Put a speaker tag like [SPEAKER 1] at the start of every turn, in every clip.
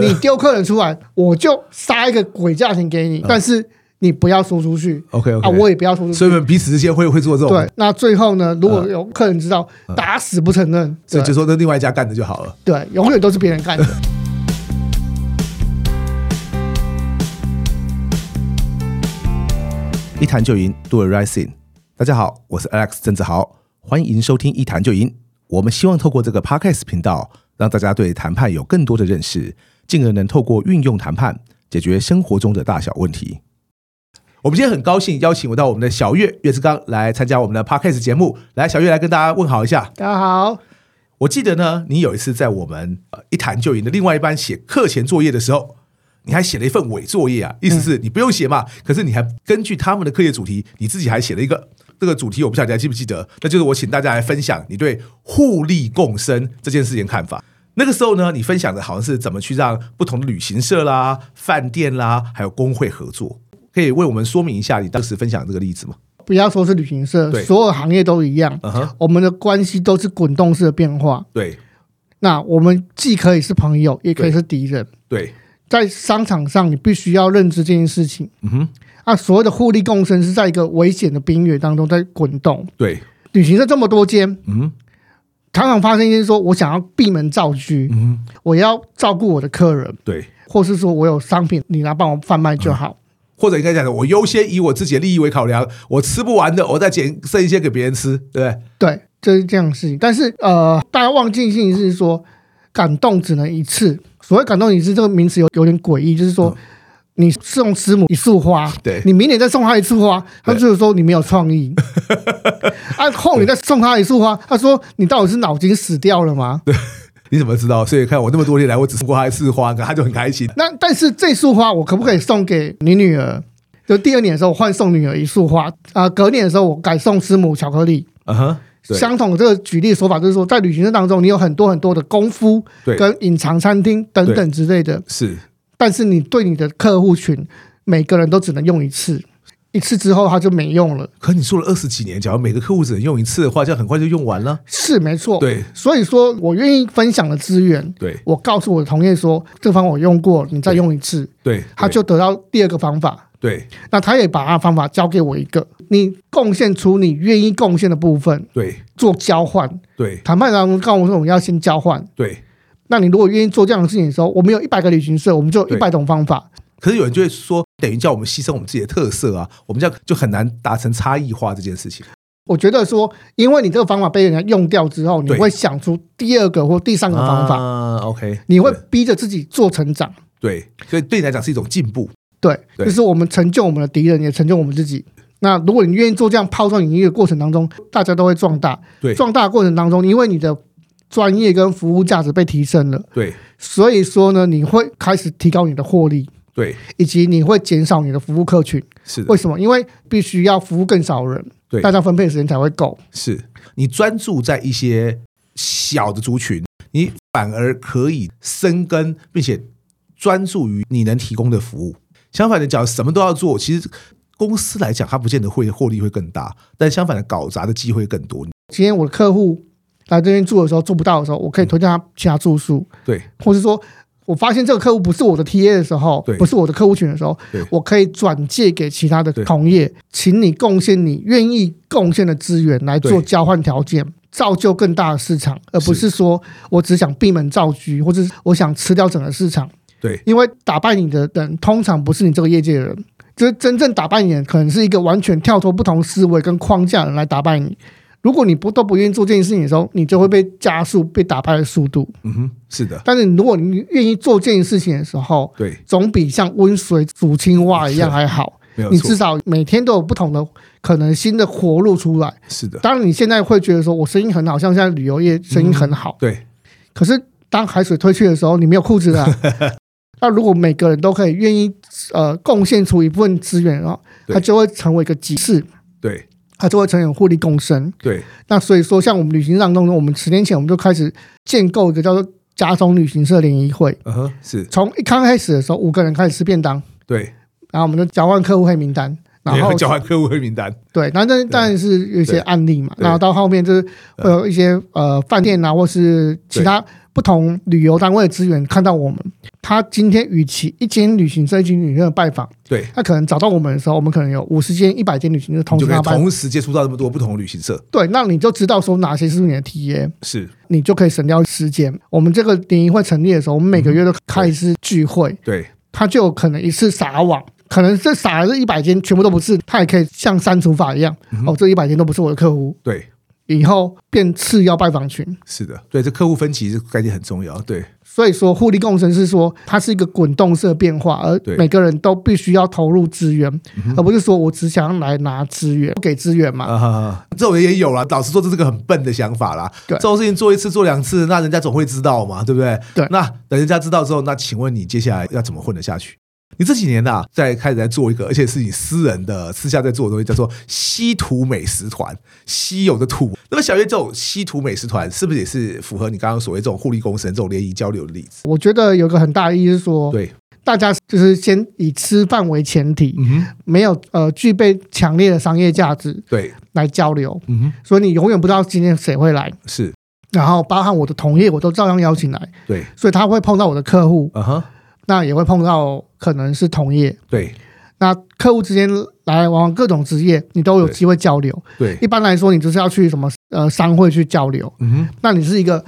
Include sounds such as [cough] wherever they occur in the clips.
[SPEAKER 1] 你丢客人出来，我就杀一个鬼价钱给你，但是你不要说出去
[SPEAKER 2] OK 嗯 OK，
[SPEAKER 1] 啊，我也不要说出
[SPEAKER 2] 所以我
[SPEAKER 1] 去。
[SPEAKER 2] 们彼此之间会会做这种，
[SPEAKER 1] 对，那最后呢，如果有客人知道，打死不承认，
[SPEAKER 2] 所
[SPEAKER 1] 对
[SPEAKER 2] 嗯以就说那另外一家干的就好了。
[SPEAKER 1] 对，永远都是别人
[SPEAKER 2] [laughs]
[SPEAKER 1] 干的。
[SPEAKER 2] 一谈就赢，Do a rising。大家好，我是 Alex 郑志豪，欢迎收听一谈就赢。我们希望透过这个 podcast 频道，让大家对谈判有更多的认识，进而能透过运用谈判解决生活中的大小问题。我们今天很高兴邀请我到我们的小月岳志刚来参加我们的 podcast 节目。来，小月来跟大家问好一下。
[SPEAKER 1] 大家好，
[SPEAKER 2] 我记得呢，你有一次在我们呃一谈就赢的另外一班写课前作业的时候，你还写了一份伪作业啊，意思是你不用写嘛，可是你还根据他们的课业主题，你自己还写了一个这个主题，我不晓得你还记不记得？那就是我请大家来分享你对互利共生这件事情的看法。那个时候呢，你分享的好像是怎么去让不同的旅行社啦、饭店啦，还有工会合作，可以为我们说明一下你当时分享这个例子吗？
[SPEAKER 1] 不要说是旅行社
[SPEAKER 2] 对，
[SPEAKER 1] 所有行业都一样，
[SPEAKER 2] 嗯哼，
[SPEAKER 1] 我们的关系都是滚动式的变化。
[SPEAKER 2] 对
[SPEAKER 1] 那我们既可以是朋友，也可以是敌人。
[SPEAKER 2] 对，
[SPEAKER 1] 在商场上，你必须要认知这件事情。
[SPEAKER 2] 嗯哼，
[SPEAKER 1] 啊，所谓的互利共生是在一个危险的冰原当中在滚动。
[SPEAKER 2] 对，
[SPEAKER 1] 旅行社这么多间，
[SPEAKER 2] 嗯
[SPEAKER 1] 常常发生一件事说，我想要闭门造车，
[SPEAKER 2] 嗯，
[SPEAKER 1] 我要照顾我的客人，
[SPEAKER 2] 对。
[SPEAKER 1] 或是说我有商品，你来帮我贩卖就好。
[SPEAKER 2] 或者应该讲的，我优先以我自己的利益为考量，我吃不完的，我再捡剩一些给别人吃，对不对？
[SPEAKER 1] 对，这是这样的事情。但是呃，大家忘记一件事情是说，感动只能一次。所谓感动一次这个名词有有点诡异，就是说。你送师母一束花，
[SPEAKER 2] 嗯对
[SPEAKER 1] 你明年再送她一束花，她
[SPEAKER 2] 对
[SPEAKER 1] 就是说你没有创
[SPEAKER 2] [laughs]
[SPEAKER 1] 意。啊，后年再送她一束花，她说你到底是脑筋死掉了吗？
[SPEAKER 2] 你怎么知道？所以看我那么多年来，我只送过他一次花，可他就很开心。
[SPEAKER 1] [laughs] 那但是这束花我可不可以送给你女儿？就第二年的时候，我换送女儿一束花啊、隔年的时候我改送师母巧克力。
[SPEAKER 2] 嗯哼，对
[SPEAKER 1] 相同的这个举例说法就是说，在旅行社当中，你有很多很多的功夫
[SPEAKER 2] 对
[SPEAKER 1] 跟隐藏餐厅等等之类的，
[SPEAKER 2] 是
[SPEAKER 1] 但是你对你的客户群，每个人都只能用一次，一次之后它就没用了，
[SPEAKER 2] 可你做了二十几年，假如每个客户只能用一次的话，这样很快就用完了。
[SPEAKER 1] 是没错。
[SPEAKER 2] 对
[SPEAKER 1] 所以说我愿意分享的资源，
[SPEAKER 2] 对
[SPEAKER 1] 我告诉我的同业说，这方法我用过，你再用一次，
[SPEAKER 2] 对，
[SPEAKER 1] 他就得到第二个方法，
[SPEAKER 2] 对
[SPEAKER 1] 那他也把他的方法教给我一个，你贡献出你愿意贡献的部分
[SPEAKER 2] 对
[SPEAKER 1] 做交换。
[SPEAKER 2] 对
[SPEAKER 1] 谈判当中告诉我说我们要先交换。
[SPEAKER 2] 对。
[SPEAKER 1] 那你如果愿意做这样的事情的时候，我们有一百个旅行社，我们就有
[SPEAKER 2] 对
[SPEAKER 1] 一百种方法。
[SPEAKER 2] 可是有人就会说，等于叫我们牺牲我们自己的特色啊，我们这样就很难达成差异化这件事情。
[SPEAKER 1] 我觉得说，因为你这个方法被人家用掉之后，你
[SPEAKER 2] 对
[SPEAKER 1] 会想出第二个或第三个方法，
[SPEAKER 2] 啊，OK，
[SPEAKER 1] 你会逼着自己做成长。
[SPEAKER 2] 对，对所以对你来讲是一种进步。
[SPEAKER 1] 对，
[SPEAKER 2] 对
[SPEAKER 1] 就是我们成就我们的敌人，也成就我们自己。那如果你愿意做这样抛砖引玉的过程当中，大家都会壮大。
[SPEAKER 2] 对
[SPEAKER 1] 壮大的过程当中，因为你的专业跟服务价值被提升了，
[SPEAKER 2] 对
[SPEAKER 1] 所以说呢，你会开始提高你的获利，
[SPEAKER 2] 对，
[SPEAKER 1] 以及你会减少你的服务客群。
[SPEAKER 2] 是的
[SPEAKER 1] 为，什么？因为必须要服务更少人，
[SPEAKER 2] 对
[SPEAKER 1] 大家分配的时间才会够。
[SPEAKER 2] 是你专注在一些小的族群，你反而可以生根，并且专注于你能提供的服务。相反的，假如什么都要做，其实公司来讲，它不见得会获利会更大，但相反的，搞砸的机会更多。
[SPEAKER 1] 今天我的客户来这边住的时候做不到的时候，我可以推荐他其他住宿，
[SPEAKER 2] 对
[SPEAKER 1] 或是说我发现这个客户不是我的 TA 的时候
[SPEAKER 2] 对，
[SPEAKER 1] 不是我的客户群的时候
[SPEAKER 2] 对，
[SPEAKER 1] 我可以转借给其他的
[SPEAKER 2] 对
[SPEAKER 1] 同业，请你贡献你愿意贡献的资源来做
[SPEAKER 2] 对
[SPEAKER 1] 交换条件。造就更大的市场，而不是说我只想闭门造车，或者是我想吃掉整个市场。
[SPEAKER 2] 对
[SPEAKER 1] 因为打败你的人通常不是你这个业界的人，就是真正打败你的人可能是一个完全跳脱不同思维跟框架的人来打败你。如果你不都不愿意做这件事情的时候，你就会被加速被打败的速度。
[SPEAKER 2] 嗯哼，是的，
[SPEAKER 1] 但是如果你愿意做这件事情的时候，
[SPEAKER 2] 对，
[SPEAKER 1] 总比像温水煮青蛙一样还好。
[SPEAKER 2] 没有
[SPEAKER 1] 你至
[SPEAKER 2] 错，
[SPEAKER 1] 少每天都有不同的可能新的活路出来。
[SPEAKER 2] 是的，
[SPEAKER 1] 当然，你现在会觉得说我生意很好，像现在旅游
[SPEAKER 2] 嗯
[SPEAKER 1] 业生意很好，
[SPEAKER 2] 对
[SPEAKER 1] 可是当海水退去的时候，你没有裤
[SPEAKER 2] [laughs]
[SPEAKER 1] 子了啊、那如果每个人都可以愿意呃贡献出一部分资源啊，
[SPEAKER 2] 对
[SPEAKER 1] 它就会成为一个集市，
[SPEAKER 2] 对
[SPEAKER 1] 它就会成为互利共生。
[SPEAKER 2] 对
[SPEAKER 1] 那所以说，像我们旅行上当中，我们十年前我们就开始建构一个叫做家中旅行社联谊会。
[SPEAKER 2] 嗯哼，是
[SPEAKER 1] 从一刚开始的时候，五个人开始吃便当，
[SPEAKER 2] 对
[SPEAKER 1] 然后我们就交换客户黑名单。然
[SPEAKER 2] 也
[SPEAKER 1] 后
[SPEAKER 2] 会交换客户黑名单，
[SPEAKER 1] 对，那这当然是有一些案例嘛，
[SPEAKER 2] 对
[SPEAKER 1] 然后到后面就是会有一些呃饭店啊，或是其他不同旅游单位的资源看到我们，他今天与其一间旅行社一间旅行社拜访，
[SPEAKER 2] 对，
[SPEAKER 1] 他可能找到我们的时候，我们可能有五十间、一百间旅行社
[SPEAKER 2] 你
[SPEAKER 1] 同
[SPEAKER 2] 就
[SPEAKER 1] 时
[SPEAKER 2] 可以
[SPEAKER 1] 他拜访，
[SPEAKER 2] 同时接触到那么多不同的旅行社，
[SPEAKER 1] 对，那你就知道说哪些是你的 TA，
[SPEAKER 2] 是
[SPEAKER 1] 你就可以省掉时间。我们这个联谊会成立的时候，我们每个月都开一次聚会，
[SPEAKER 2] 对，
[SPEAKER 1] 他就有可能一次撒网，可能这撒的这一百间全部都不是，他也可以像删除法一样，
[SPEAKER 2] 嗯
[SPEAKER 1] 哦，这一百间都不是我的客户，
[SPEAKER 2] 对，
[SPEAKER 1] 以后变次要拜访群。
[SPEAKER 2] 是的，对，这客户分歧这概念很重要，对，
[SPEAKER 1] 所以说，互利共生是说它是一个滚动式的变化，而
[SPEAKER 2] 对嗯
[SPEAKER 1] 每个人都必须要投入资源，而不是说我只想来拿资源，给资源嘛。
[SPEAKER 2] 啊，这我也有啦。老实说，这是个很笨的想法啦。
[SPEAKER 1] 对
[SPEAKER 2] 这种事情做一次、做两次，那人家总会知道嘛，对不对？
[SPEAKER 1] 对
[SPEAKER 2] 那等人家知道之后，那请问你接下来要怎么混得下去？你这几年呐、在开始在做一个，而且是你私人的私下在做的东西，叫做稀土美食团，稀有的土。那么小月这种稀土美食团，是不是也是符合你刚刚所谓这种互利共生、这种联谊交流的例子？
[SPEAKER 1] 我觉得有个很大的意义是说，
[SPEAKER 2] 对，
[SPEAKER 1] 大家就是先以吃饭为前提，
[SPEAKER 2] 嗯哼，
[SPEAKER 1] 没有呃具备强烈的商业价值
[SPEAKER 2] 对，
[SPEAKER 1] 来交流，
[SPEAKER 2] 嗯哼，
[SPEAKER 1] 所以你永远不知道今天谁会来。
[SPEAKER 2] 是，
[SPEAKER 1] 然后，包含我的同业，我都照样邀请来，
[SPEAKER 2] 对，
[SPEAKER 1] 所以他会碰到我的客户，
[SPEAKER 2] 嗯哼，
[SPEAKER 1] 那也会碰到可能是同业，
[SPEAKER 2] 对，
[SPEAKER 1] 那客户之间来来往往各种职业，你都有
[SPEAKER 2] 对
[SPEAKER 1] 机会交流。
[SPEAKER 2] 对，
[SPEAKER 1] 一般来说，你就是要去什么呃商会去交流。
[SPEAKER 2] 嗯哼，
[SPEAKER 1] 那你是一个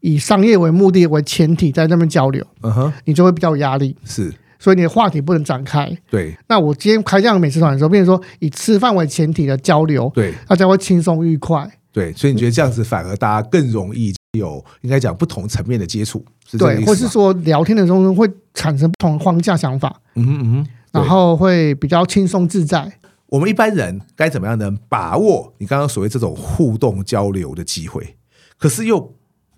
[SPEAKER 1] 以商业为目的为前提在那边交流，
[SPEAKER 2] 嗯哼，
[SPEAKER 1] 你就会比较有压力，
[SPEAKER 2] 是，
[SPEAKER 1] 所以你的话题不能展开。
[SPEAKER 2] 对，
[SPEAKER 1] 那我今天开这样的美食团的时候，变成说以吃饭为前提的交流，
[SPEAKER 2] 对。
[SPEAKER 1] 大家会轻松愉快。
[SPEAKER 2] 对，所以你觉得这样子反而大家更容易有应该讲不同层面的接触，是这个
[SPEAKER 1] 对，
[SPEAKER 2] 意
[SPEAKER 1] 或
[SPEAKER 2] 思
[SPEAKER 1] 是
[SPEAKER 2] 吗？
[SPEAKER 1] 说聊天的时候会产生不同的框架想法，
[SPEAKER 2] 嗯哼嗯哼，
[SPEAKER 1] 然
[SPEAKER 2] 对
[SPEAKER 1] 后会比较轻松自在。
[SPEAKER 2] 我们一般人该怎么样能把握你刚刚所谓这种互动交流的机会，可是又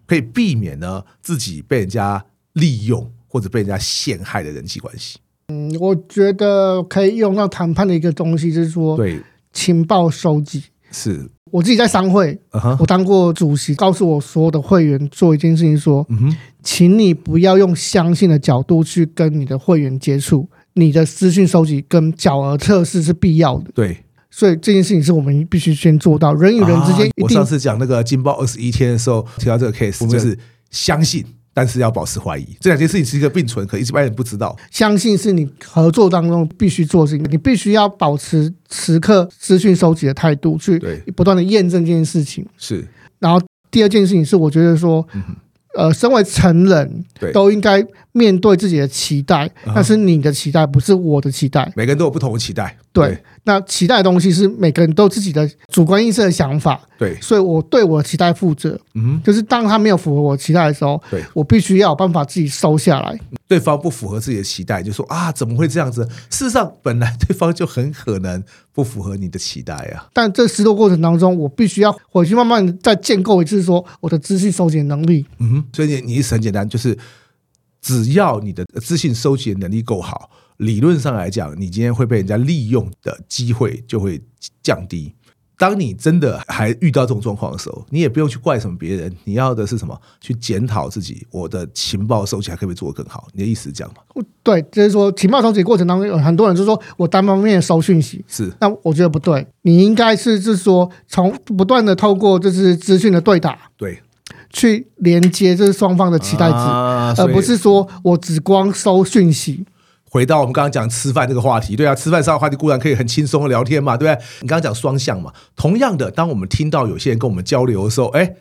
[SPEAKER 2] 可以避免呢自己被人家利用或者被人家陷害的人际关系？
[SPEAKER 1] 嗯，我觉得可以用到谈判的一个东西，就是说
[SPEAKER 2] 对，
[SPEAKER 1] 情报收集。
[SPEAKER 2] 是，
[SPEAKER 1] 我自己在商会，
[SPEAKER 2] 嗯哼，
[SPEAKER 1] 我当过主席，告诉我所有的会员做一件事情说，
[SPEAKER 2] 嗯哼，
[SPEAKER 1] 请你不要用相信的角度去跟你的会员接触，你的资讯收集跟小额测试是必要的。
[SPEAKER 2] 对。
[SPEAKER 1] 所以这件事情是我们必须先做到，人与人之间
[SPEAKER 2] 啊
[SPEAKER 1] 一
[SPEAKER 2] 我
[SPEAKER 1] 定、
[SPEAKER 2] 上次讲那个金豹二十一天的时候提到这个 case，就是相信，但是要保持怀疑，这两件事情是一个并存，可一般人不知道。
[SPEAKER 1] 相信是你合作当中必须做的事情，你必须要保持时刻资讯收集的态度，去
[SPEAKER 2] 对
[SPEAKER 1] 不断的验证这件事情。
[SPEAKER 2] 是，
[SPEAKER 1] 然后第二件事情是，我觉得说，
[SPEAKER 2] 嗯哼
[SPEAKER 1] 呃，身为成人
[SPEAKER 2] 对，
[SPEAKER 1] 都应该面对自己的期待，
[SPEAKER 2] 啊
[SPEAKER 1] 那是你的期待，不是我的期待。
[SPEAKER 2] 每个人都有不同的期待。
[SPEAKER 1] 对，那期待的东西是每个人都有自己的主观意识的想法，
[SPEAKER 2] 对，
[SPEAKER 1] 所以我对我的期待负责。
[SPEAKER 2] 嗯，
[SPEAKER 1] 就是当他没有符合我的期待的时候
[SPEAKER 2] 对，
[SPEAKER 1] 我必须要有办法自己收下来。
[SPEAKER 2] 对方不符合自己的期待，就说啊，怎么会这样子？事实上，本来对方就很可能不符合你的期待啊。
[SPEAKER 1] 但这十多过程当中，我必须要回去慢慢地再建构一次，说我的资讯收集的能力。
[SPEAKER 2] 嗯哼，所以你你意思很简单，就是只要你的资讯收集的能力够好，理论上来讲，你今天会被人家利用的机会就会降低。当你真的还遇到这种状况的时候，你也不用去怪什么别人，你要的是什么？去检讨自己，我的情报收集还可不可以做得更好？你的意思是这样吗？
[SPEAKER 1] 对，就是说情报收集过程当中，有很多人就说我单方面地收讯息，
[SPEAKER 2] 是，
[SPEAKER 1] 那我觉得不对，你应该是就是说从不断的透过就是资讯的对打
[SPEAKER 2] 对，
[SPEAKER 1] 去连接就是双方的期待值，呃
[SPEAKER 2] 啊
[SPEAKER 1] 而不。
[SPEAKER 2] 所以
[SPEAKER 1] 是说我只光收讯息。
[SPEAKER 2] 回到我们刚刚讲吃饭这个话题，对啊，吃饭上的话题固然可以很轻松的聊天嘛，对不对？你刚刚讲双向嘛，同样的，当我们听到有些人跟我们交流的时候，哎，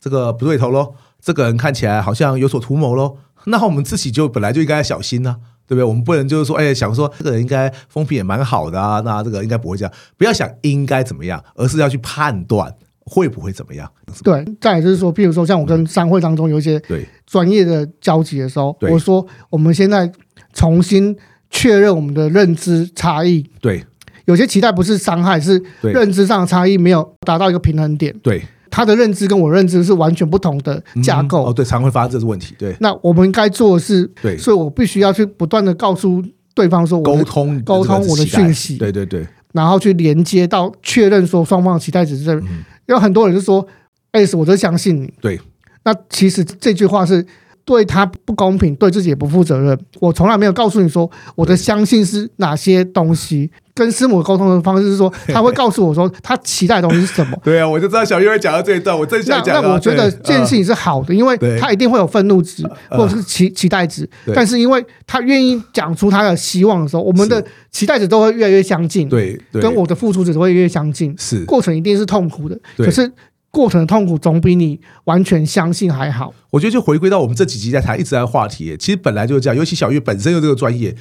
[SPEAKER 2] 这个不对头喽，这个人看起来好像有所图谋喽，那我们自己就本来就应该小心呐、对不对？我们不能就是说，哎，想说这个人应该风评也蛮好的啊，那这个应该不会这样，不要想应该怎么样，而是要去判断会不会怎么样。
[SPEAKER 1] 对，再来就是说，譬如说像我跟商会当中有一些
[SPEAKER 2] 对，
[SPEAKER 1] 专业的交集的时候，
[SPEAKER 2] 对
[SPEAKER 1] 我说我们现在重新确认我们的认知差异，
[SPEAKER 2] 对，
[SPEAKER 1] 有些期待不是伤害，是
[SPEAKER 2] 对
[SPEAKER 1] 认知上的差异没有达到一个平衡点，
[SPEAKER 2] 对，
[SPEAKER 1] 他的认知跟我认知是完全不同的架构。
[SPEAKER 2] 哦，对，常会发生这个问题，对
[SPEAKER 1] 那我们该做的是
[SPEAKER 2] 对，
[SPEAKER 1] 所以我必须要去不断的告诉对方说我
[SPEAKER 2] 沟
[SPEAKER 1] 的，
[SPEAKER 2] 通
[SPEAKER 1] 沟通我的
[SPEAKER 2] 期待
[SPEAKER 1] 讯息
[SPEAKER 2] 对对对。
[SPEAKER 1] 然后去连接到确认说双方的期待值是这边。哎有很多人就说 S，我就相信你。
[SPEAKER 2] 嗯对，
[SPEAKER 1] 那其实这句话是对他不公平，对自己也不负责任。我从来没有告诉你说我的相信是哪些东西。跟师母沟通的方式是说，他会告诉我说他期待的东西是什
[SPEAKER 2] [laughs]
[SPEAKER 1] 么。
[SPEAKER 2] 对啊，我就知道小月会讲到这一段，我正
[SPEAKER 1] 那
[SPEAKER 2] 想讲
[SPEAKER 1] 那
[SPEAKER 2] 啊。
[SPEAKER 1] 我觉得
[SPEAKER 2] 对
[SPEAKER 1] 这件事情是好的，因为
[SPEAKER 2] 对
[SPEAKER 1] 他一定会有愤怒值
[SPEAKER 2] 呃
[SPEAKER 1] 或者是期期待值
[SPEAKER 2] 对，
[SPEAKER 1] 但是因为他愿意讲出他的希望的时候，我们的期待值都会越来越相近
[SPEAKER 2] 嗯，对对，
[SPEAKER 1] 跟我的付出值都会越来越相近。
[SPEAKER 2] 是
[SPEAKER 1] 过程一定是痛苦的，
[SPEAKER 2] 对
[SPEAKER 1] 可是过程的痛苦总比你完全相信还好。
[SPEAKER 2] 我觉得就回归到我们这几集在谈一直在话题，其实本来就是这样，尤其小月本身就这个专业。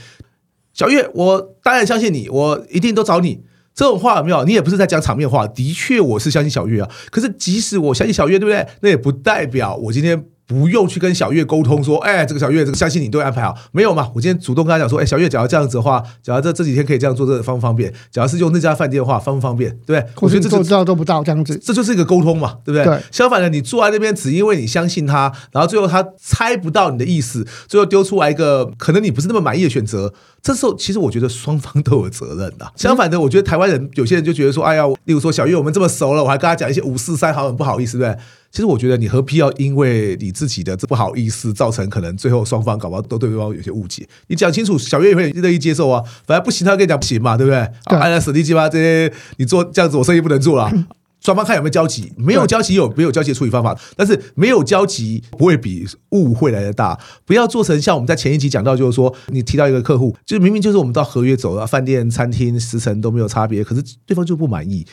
[SPEAKER 2] 小月，我当然相信你，我一定都找你。这种话有没有？你也不是在讲场面话，的确我是相信小月啊。可是即使我相信小月，对不对？那也不代表我今天不用去跟小月沟通说，哎，这个小月，这个相信你都会安排好，没有嘛？我今天主动跟他讲说，哎，小月，假如这样子的话，假如这这几天可以这样做，这方不方便？假如是用那家饭店的话，方不方便？对不对？
[SPEAKER 1] 或
[SPEAKER 2] 我觉
[SPEAKER 1] 是你
[SPEAKER 2] 得这就
[SPEAKER 1] 做知道做不到这样子，
[SPEAKER 2] 这就是一个沟通嘛，对不对？
[SPEAKER 1] 对
[SPEAKER 2] 相反的，你坐在那边，只因为你相信他，然后最后他猜不到你的意思，最后丢出来一个可能你不是那么满意的选择。这时候，其实我觉得双方都有责任的、啊
[SPEAKER 1] 嗯
[SPEAKER 2] 相反的，我觉得台湾人有些人就觉得说，哎呀，例如说小月，我们这么熟了，我还跟他讲一些五四三，好像很不好意思，对不对？其实我觉得你何必要因为你自己的这不好意思，造成可能最后双方搞不好都对对方有些误解。你讲清楚，小月也会乐意接受啊。反正不行，他跟你讲不行嘛，对不对？
[SPEAKER 1] 对
[SPEAKER 2] 啊，按了死地鸡巴这些，你做这样子，我生意不能
[SPEAKER 1] [laughs]
[SPEAKER 2] 做了。双方看有没有交集，没有交集有没有交集的处理方法，但是没有交集不会比误会来的大。不要做成像我们在前一集讲到，就是说你提到一个客户，就是明明就是我们到合约走了，饭店、餐厅、时辰都没有差别，可是对方就不满意。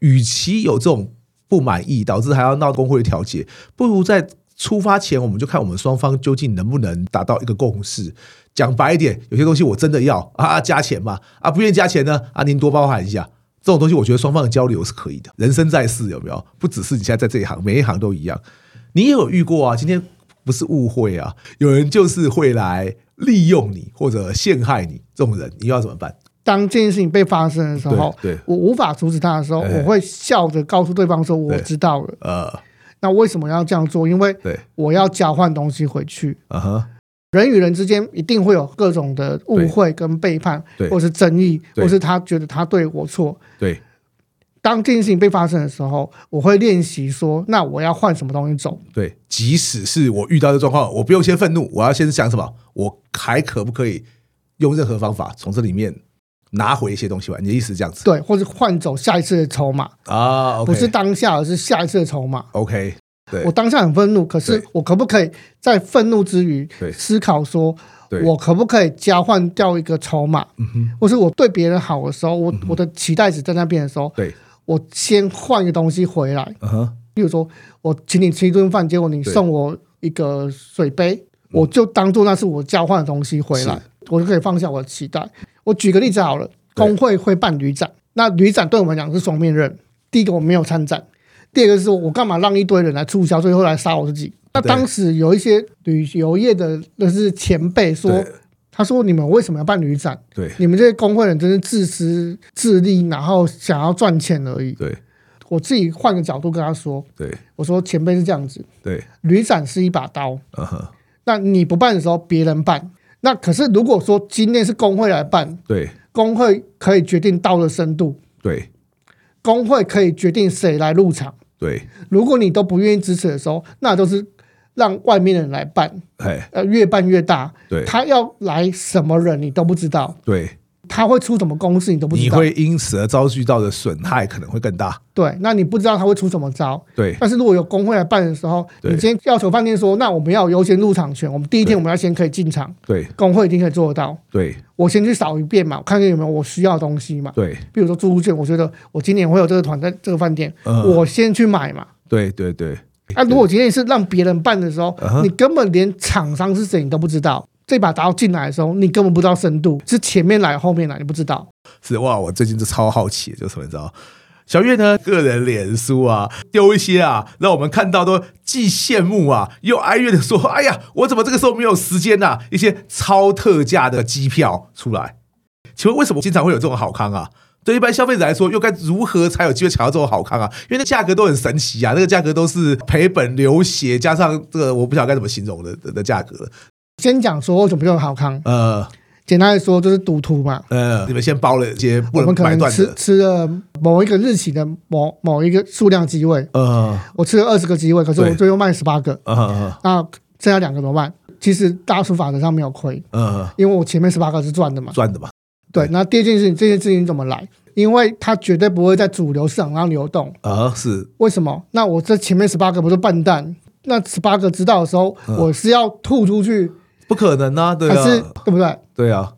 [SPEAKER 2] 与其有这种不满意导致还要闹工会调解，不如在出发前我们就看我们双方究竟能不能达到一个共识。讲白一点，有些东西我真的要啊啊加钱嘛，啊不愿意加钱呢啊您多包涵一下。这种东西我觉得双方的交流是可以的。人生在世有没有？不只是你现在在这一行，每一行都一样。你也有遇过啊？今天不是误会啊，有人就是会来利用你或者陷害你，这种人你要怎么办？
[SPEAKER 1] 当这件事情被发生的时候，
[SPEAKER 2] 对对
[SPEAKER 1] 我无法阻止他的时候，
[SPEAKER 2] 哎
[SPEAKER 1] 我会笑着告诉对方说：“我
[SPEAKER 2] 对
[SPEAKER 1] 知道了。
[SPEAKER 2] 呃，”
[SPEAKER 1] 那为什么要这样做？因为
[SPEAKER 2] 对，
[SPEAKER 1] 我要交换东西回去。
[SPEAKER 2] 啊哈，
[SPEAKER 1] 人与人之间一定会有各种的误会、跟背叛，
[SPEAKER 2] 对
[SPEAKER 1] 或是争议，
[SPEAKER 2] 对
[SPEAKER 1] 或是他觉得他对我错。
[SPEAKER 2] 对，
[SPEAKER 1] 当这件事情被发生的时候，我会练习说：“那我要换什么东西走
[SPEAKER 2] 对，即使是我遇到的状况，我不用先愤怒，我要先想什么？我还可不可以用任何方法从这里面拿回一些东西吧？你的意思是这样？”子
[SPEAKER 1] 对，或是换走下一次的筹码，
[SPEAKER 2] 啊？OK，
[SPEAKER 1] 不是当下，而是下一次的筹码。
[SPEAKER 2] OK，对
[SPEAKER 1] 我当下很愤怒，可是
[SPEAKER 2] 对
[SPEAKER 1] 我可不可以在愤怒之余
[SPEAKER 2] 对
[SPEAKER 1] 思考说
[SPEAKER 2] 对，
[SPEAKER 1] 我可不可以交换掉一个筹码，
[SPEAKER 2] 嗯哼，
[SPEAKER 1] 或是我对别人好的时候，我我的期待值在那边的时候，
[SPEAKER 2] 对，
[SPEAKER 1] 我先换一个东西回来。
[SPEAKER 2] 嗯哼，
[SPEAKER 1] 比如说，我请你吃一顿饭，结果你
[SPEAKER 2] 对嗯
[SPEAKER 1] 送我一个水杯，我就当做那是我交换的东西回来
[SPEAKER 2] 是，
[SPEAKER 1] 我就可以放下我的期待。我举个例子好了，
[SPEAKER 2] 对
[SPEAKER 1] 工会会办旅展，那旅展对我们来讲是双面刃。第一个我没有参展，第二个是我干嘛让一堆人来促销，最后来杀我自己？那
[SPEAKER 2] 对
[SPEAKER 1] 当时有一些旅游业的那是前辈说
[SPEAKER 2] 对，
[SPEAKER 1] 他说你们为什么要办旅展？
[SPEAKER 2] 对
[SPEAKER 1] 你们这些工会人真是自私自利，然后想要赚钱而已。
[SPEAKER 2] 对
[SPEAKER 1] 我自己换个角度跟他说，
[SPEAKER 2] 对
[SPEAKER 1] 我说前辈是这样子，
[SPEAKER 2] 对，
[SPEAKER 1] 旅展是一把刀，
[SPEAKER 2] 嗯哼，
[SPEAKER 1] 那你不办的时候别人办，那可是如果说今天是工会来办，
[SPEAKER 2] 对
[SPEAKER 1] 工会可以决定刀的深度，
[SPEAKER 2] 对
[SPEAKER 1] 工会可以决定谁来入场。
[SPEAKER 2] 对，
[SPEAKER 1] 如果你都不愿意支持的时候，那都是让外面的人来办，
[SPEAKER 2] 哎，
[SPEAKER 1] 呃，越办越大。
[SPEAKER 2] 对
[SPEAKER 1] 他要来什么人你都不知道，
[SPEAKER 2] 对，
[SPEAKER 1] 他会出什么公式你都不知
[SPEAKER 2] 你
[SPEAKER 1] 道。
[SPEAKER 2] 会因此而遭遇到的损害可能会更大。
[SPEAKER 1] 对，那你不知道他会出什么招。
[SPEAKER 2] 对
[SPEAKER 1] 但是如果有工会来办的时候，你
[SPEAKER 2] 对
[SPEAKER 1] 今天要求饭店说，那我们要有优先入场权，我们第一天
[SPEAKER 2] 对
[SPEAKER 1] 我们要先可以进场，
[SPEAKER 2] 对
[SPEAKER 1] 工会一定可以做得到。
[SPEAKER 2] 对
[SPEAKER 1] 我先去扫一遍嘛，我看看有没有我需要的东西嘛。
[SPEAKER 2] 对
[SPEAKER 1] 比如说住宿券，我觉得我今年会有这个团在这个饭店，
[SPEAKER 2] 嗯
[SPEAKER 1] 我先去买嘛。
[SPEAKER 2] 对对对，
[SPEAKER 1] 啊，如果今天是让别人办的时候
[SPEAKER 2] 嗯哼
[SPEAKER 1] 你根本连厂商是谁你都不知道。这把刀进来的时候，你根本不知道深度，是前面来后面来，你不知道。
[SPEAKER 2] 是哇，我最近就超好奇，就是什么你知道？小月呢，个人脸书啊，丢一些啊，让我们看到都既羡慕啊，又哀怨的说：“哎呀，我怎么这个时候没有时间呐、啊？”一些超特价的机票出来，请问为什么经常会有这种好康啊？对一般消费者来说，又该如何才有机会抢到这种好康啊？因为那价格都很神奇啊，那个价格都是赔本流血，加上这个我不晓得该怎么形容的的的价格。
[SPEAKER 1] 先讲说为什么叫好康，
[SPEAKER 2] 呃
[SPEAKER 1] 简单来说就是赌徒嘛。
[SPEAKER 2] 呃，你们先包了一些不
[SPEAKER 1] 我们
[SPEAKER 2] 能
[SPEAKER 1] 可
[SPEAKER 2] 买
[SPEAKER 1] 能
[SPEAKER 2] 断
[SPEAKER 1] 吃
[SPEAKER 2] 的，
[SPEAKER 1] 吃了某一个日期的某某一个数量机位，
[SPEAKER 2] 呃
[SPEAKER 1] 我吃了二十个机位，可是我
[SPEAKER 2] 对
[SPEAKER 1] 最后卖十八个，
[SPEAKER 2] 呃，
[SPEAKER 1] 那剩下两个怎么办？其实大数法则上没有亏，
[SPEAKER 2] 呃，
[SPEAKER 1] 因为我前面十八个是赚的嘛。
[SPEAKER 2] 赚的嘛，
[SPEAKER 1] 对，那第二件事情，这件事情怎么来？因为它绝对不会在主流市场上流动。
[SPEAKER 2] 呃，是
[SPEAKER 1] 为什么？那我这前面十八个不是笨蛋？那十八个知道的时候，
[SPEAKER 2] 嗯
[SPEAKER 1] 我是要吐出去，
[SPEAKER 2] 不可能啊，对
[SPEAKER 1] 还是
[SPEAKER 2] 啊，
[SPEAKER 1] 对不对？
[SPEAKER 2] 对啊，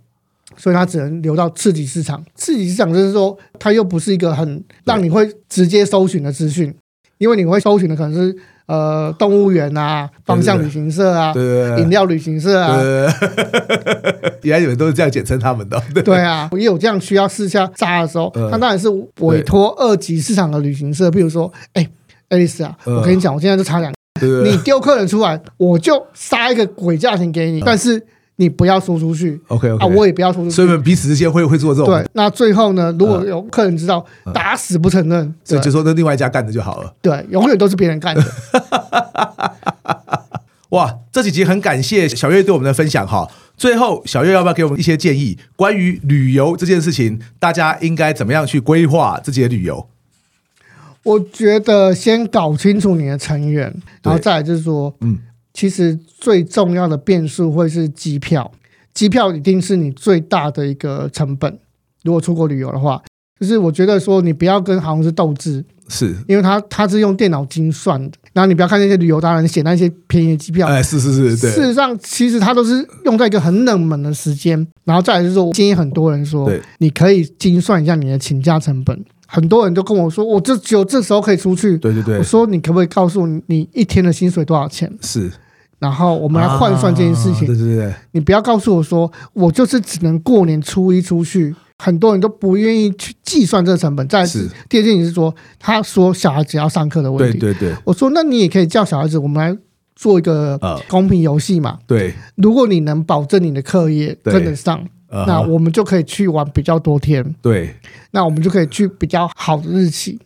[SPEAKER 1] 所以它只能留到次级市场。次级市场就是说，它又不是一个很让你会直接搜寻的资讯，因为你会搜寻的可能是呃动物园啊、方向旅行社啊、
[SPEAKER 2] 对对对
[SPEAKER 1] 饮料旅行社啊，
[SPEAKER 2] 对， [laughs] 原来你们都是这样简称他们的，
[SPEAKER 1] [laughs]
[SPEAKER 2] 对
[SPEAKER 1] 对啊，也有这样需要试下扎的时候，
[SPEAKER 2] 嗯
[SPEAKER 1] 那当然是委托二级市场的旅行社，比如说，哎、爱丽丝啊，
[SPEAKER 2] 嗯
[SPEAKER 1] 我跟你讲，我现在就差两，
[SPEAKER 2] 对啊
[SPEAKER 1] 你
[SPEAKER 2] 对
[SPEAKER 1] 丢客人出来，我就杀一个鬼价钱给你，但是你不要说出去
[SPEAKER 2] ，OK
[SPEAKER 1] 啊，我
[SPEAKER 2] OK，
[SPEAKER 1] 也不要说出
[SPEAKER 2] 所以你
[SPEAKER 1] 去。
[SPEAKER 2] 们彼此之间会会做这种，
[SPEAKER 1] 对，那最后呢，如果有客人知道，打死不承认，
[SPEAKER 2] 所
[SPEAKER 1] 对
[SPEAKER 2] 以嗯就说那另外一家干的就好了。
[SPEAKER 1] 对，永远都是别人干的。
[SPEAKER 2] 哇，这几集很感谢小月对我们的分享哈。最后，小月要不要给我们一些建议？关于旅游这件事情，大家应该怎么样去规划自己的旅游？
[SPEAKER 1] 我觉得先搞清楚你的成员，然后再来就是说，
[SPEAKER 2] 嗯，
[SPEAKER 1] 其实最重要的变数会是机票，机票一定是你最大的一个成本。如果出国旅游的话，就是我觉得说你不要跟航空公司斗智，
[SPEAKER 2] 是，
[SPEAKER 1] 因为它它是用电脑精算的，然后你不要看那些旅游达人写那些便宜的机票。
[SPEAKER 2] 哎，是是是，
[SPEAKER 1] 事
[SPEAKER 2] 对，
[SPEAKER 1] 实上，其实它都是用在一个很冷门的时间，然后再来就是说，我建议很多人说
[SPEAKER 2] 对，
[SPEAKER 1] 你可以精算一下你的请假成本。很多人都跟我说，我这只有这时候可以出去，
[SPEAKER 2] 对对对
[SPEAKER 1] 我，说你可不可以告诉我你一天的薪水多少钱？
[SPEAKER 2] 是。
[SPEAKER 1] 然后我们来换算这件事
[SPEAKER 2] 啊
[SPEAKER 1] 情。
[SPEAKER 2] 对对对，
[SPEAKER 1] 你不要告诉我说我就是只能过年初一出去，很多人都不愿意去计算这个成本。再来
[SPEAKER 2] 是
[SPEAKER 1] 第二件事情是说，他说小孩子要上课的问
[SPEAKER 2] 对
[SPEAKER 1] 题。
[SPEAKER 2] 对对
[SPEAKER 1] 我说那你也可以叫小孩子，我们来做一个
[SPEAKER 2] 呃
[SPEAKER 1] 公平游戏嘛。
[SPEAKER 2] 对，
[SPEAKER 1] 如果你能保证你的课业
[SPEAKER 2] 对
[SPEAKER 1] 跟得上，
[SPEAKER 2] 呃
[SPEAKER 1] 那我们就可以去玩比较多天，
[SPEAKER 2] 对
[SPEAKER 1] 那我们就可以去比较好的日期。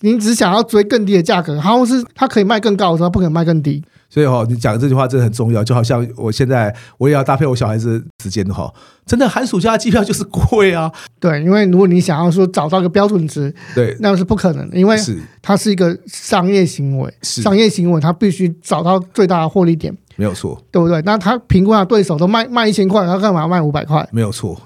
[SPEAKER 1] 你只想要追更低的价格，好像是它可以卖更高的时候，它不可以卖更低。
[SPEAKER 2] 所以哈、你讲的这句话真的很重要，就好像我现在我也要搭配我小孩子时间的哈、真的寒暑假的机票就是贵啊，
[SPEAKER 1] 对，因为如果你想要说找到一个标准值，
[SPEAKER 2] 对，
[SPEAKER 1] 那是不可能的，因为
[SPEAKER 2] 是
[SPEAKER 1] 它是一个商业行为，
[SPEAKER 2] 是
[SPEAKER 1] 商业行为它必须找到最大的获利点，
[SPEAKER 2] 没有错，
[SPEAKER 1] 对不对？那他评估他的对手都卖卖一千块，他干嘛卖五百块？
[SPEAKER 2] 没有错，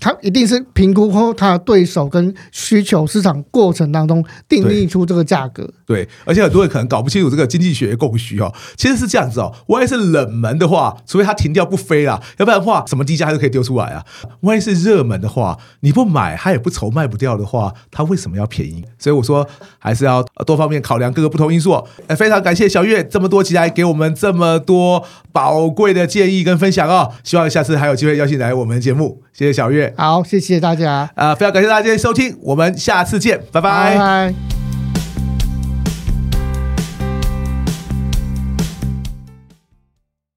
[SPEAKER 1] 他一定是评估后他的对手跟需求市场过程当中定义出这个价格。
[SPEAKER 2] 对，而且很多人可能搞不清楚这个经济学的供需哦，其实是这样子哦。万一是冷门的话，除非它停掉不飞啦，要不然的话，什么低价它都可以丢出来啊。万一是热门的话，你不买它也不愁卖不掉的话，它为什么要便宜？所以我说还是要多方面考量各个不同因素哦。哎，非常感谢小月这么多集来给我们这么多宝贵的建议跟分享哦。希望下次还有机会邀请来我们的节目，谢谢小月
[SPEAKER 1] 好，谢谢大家，
[SPEAKER 2] 啊、非常感谢大家今天收听，我们下次见，拜拜
[SPEAKER 1] 拜拜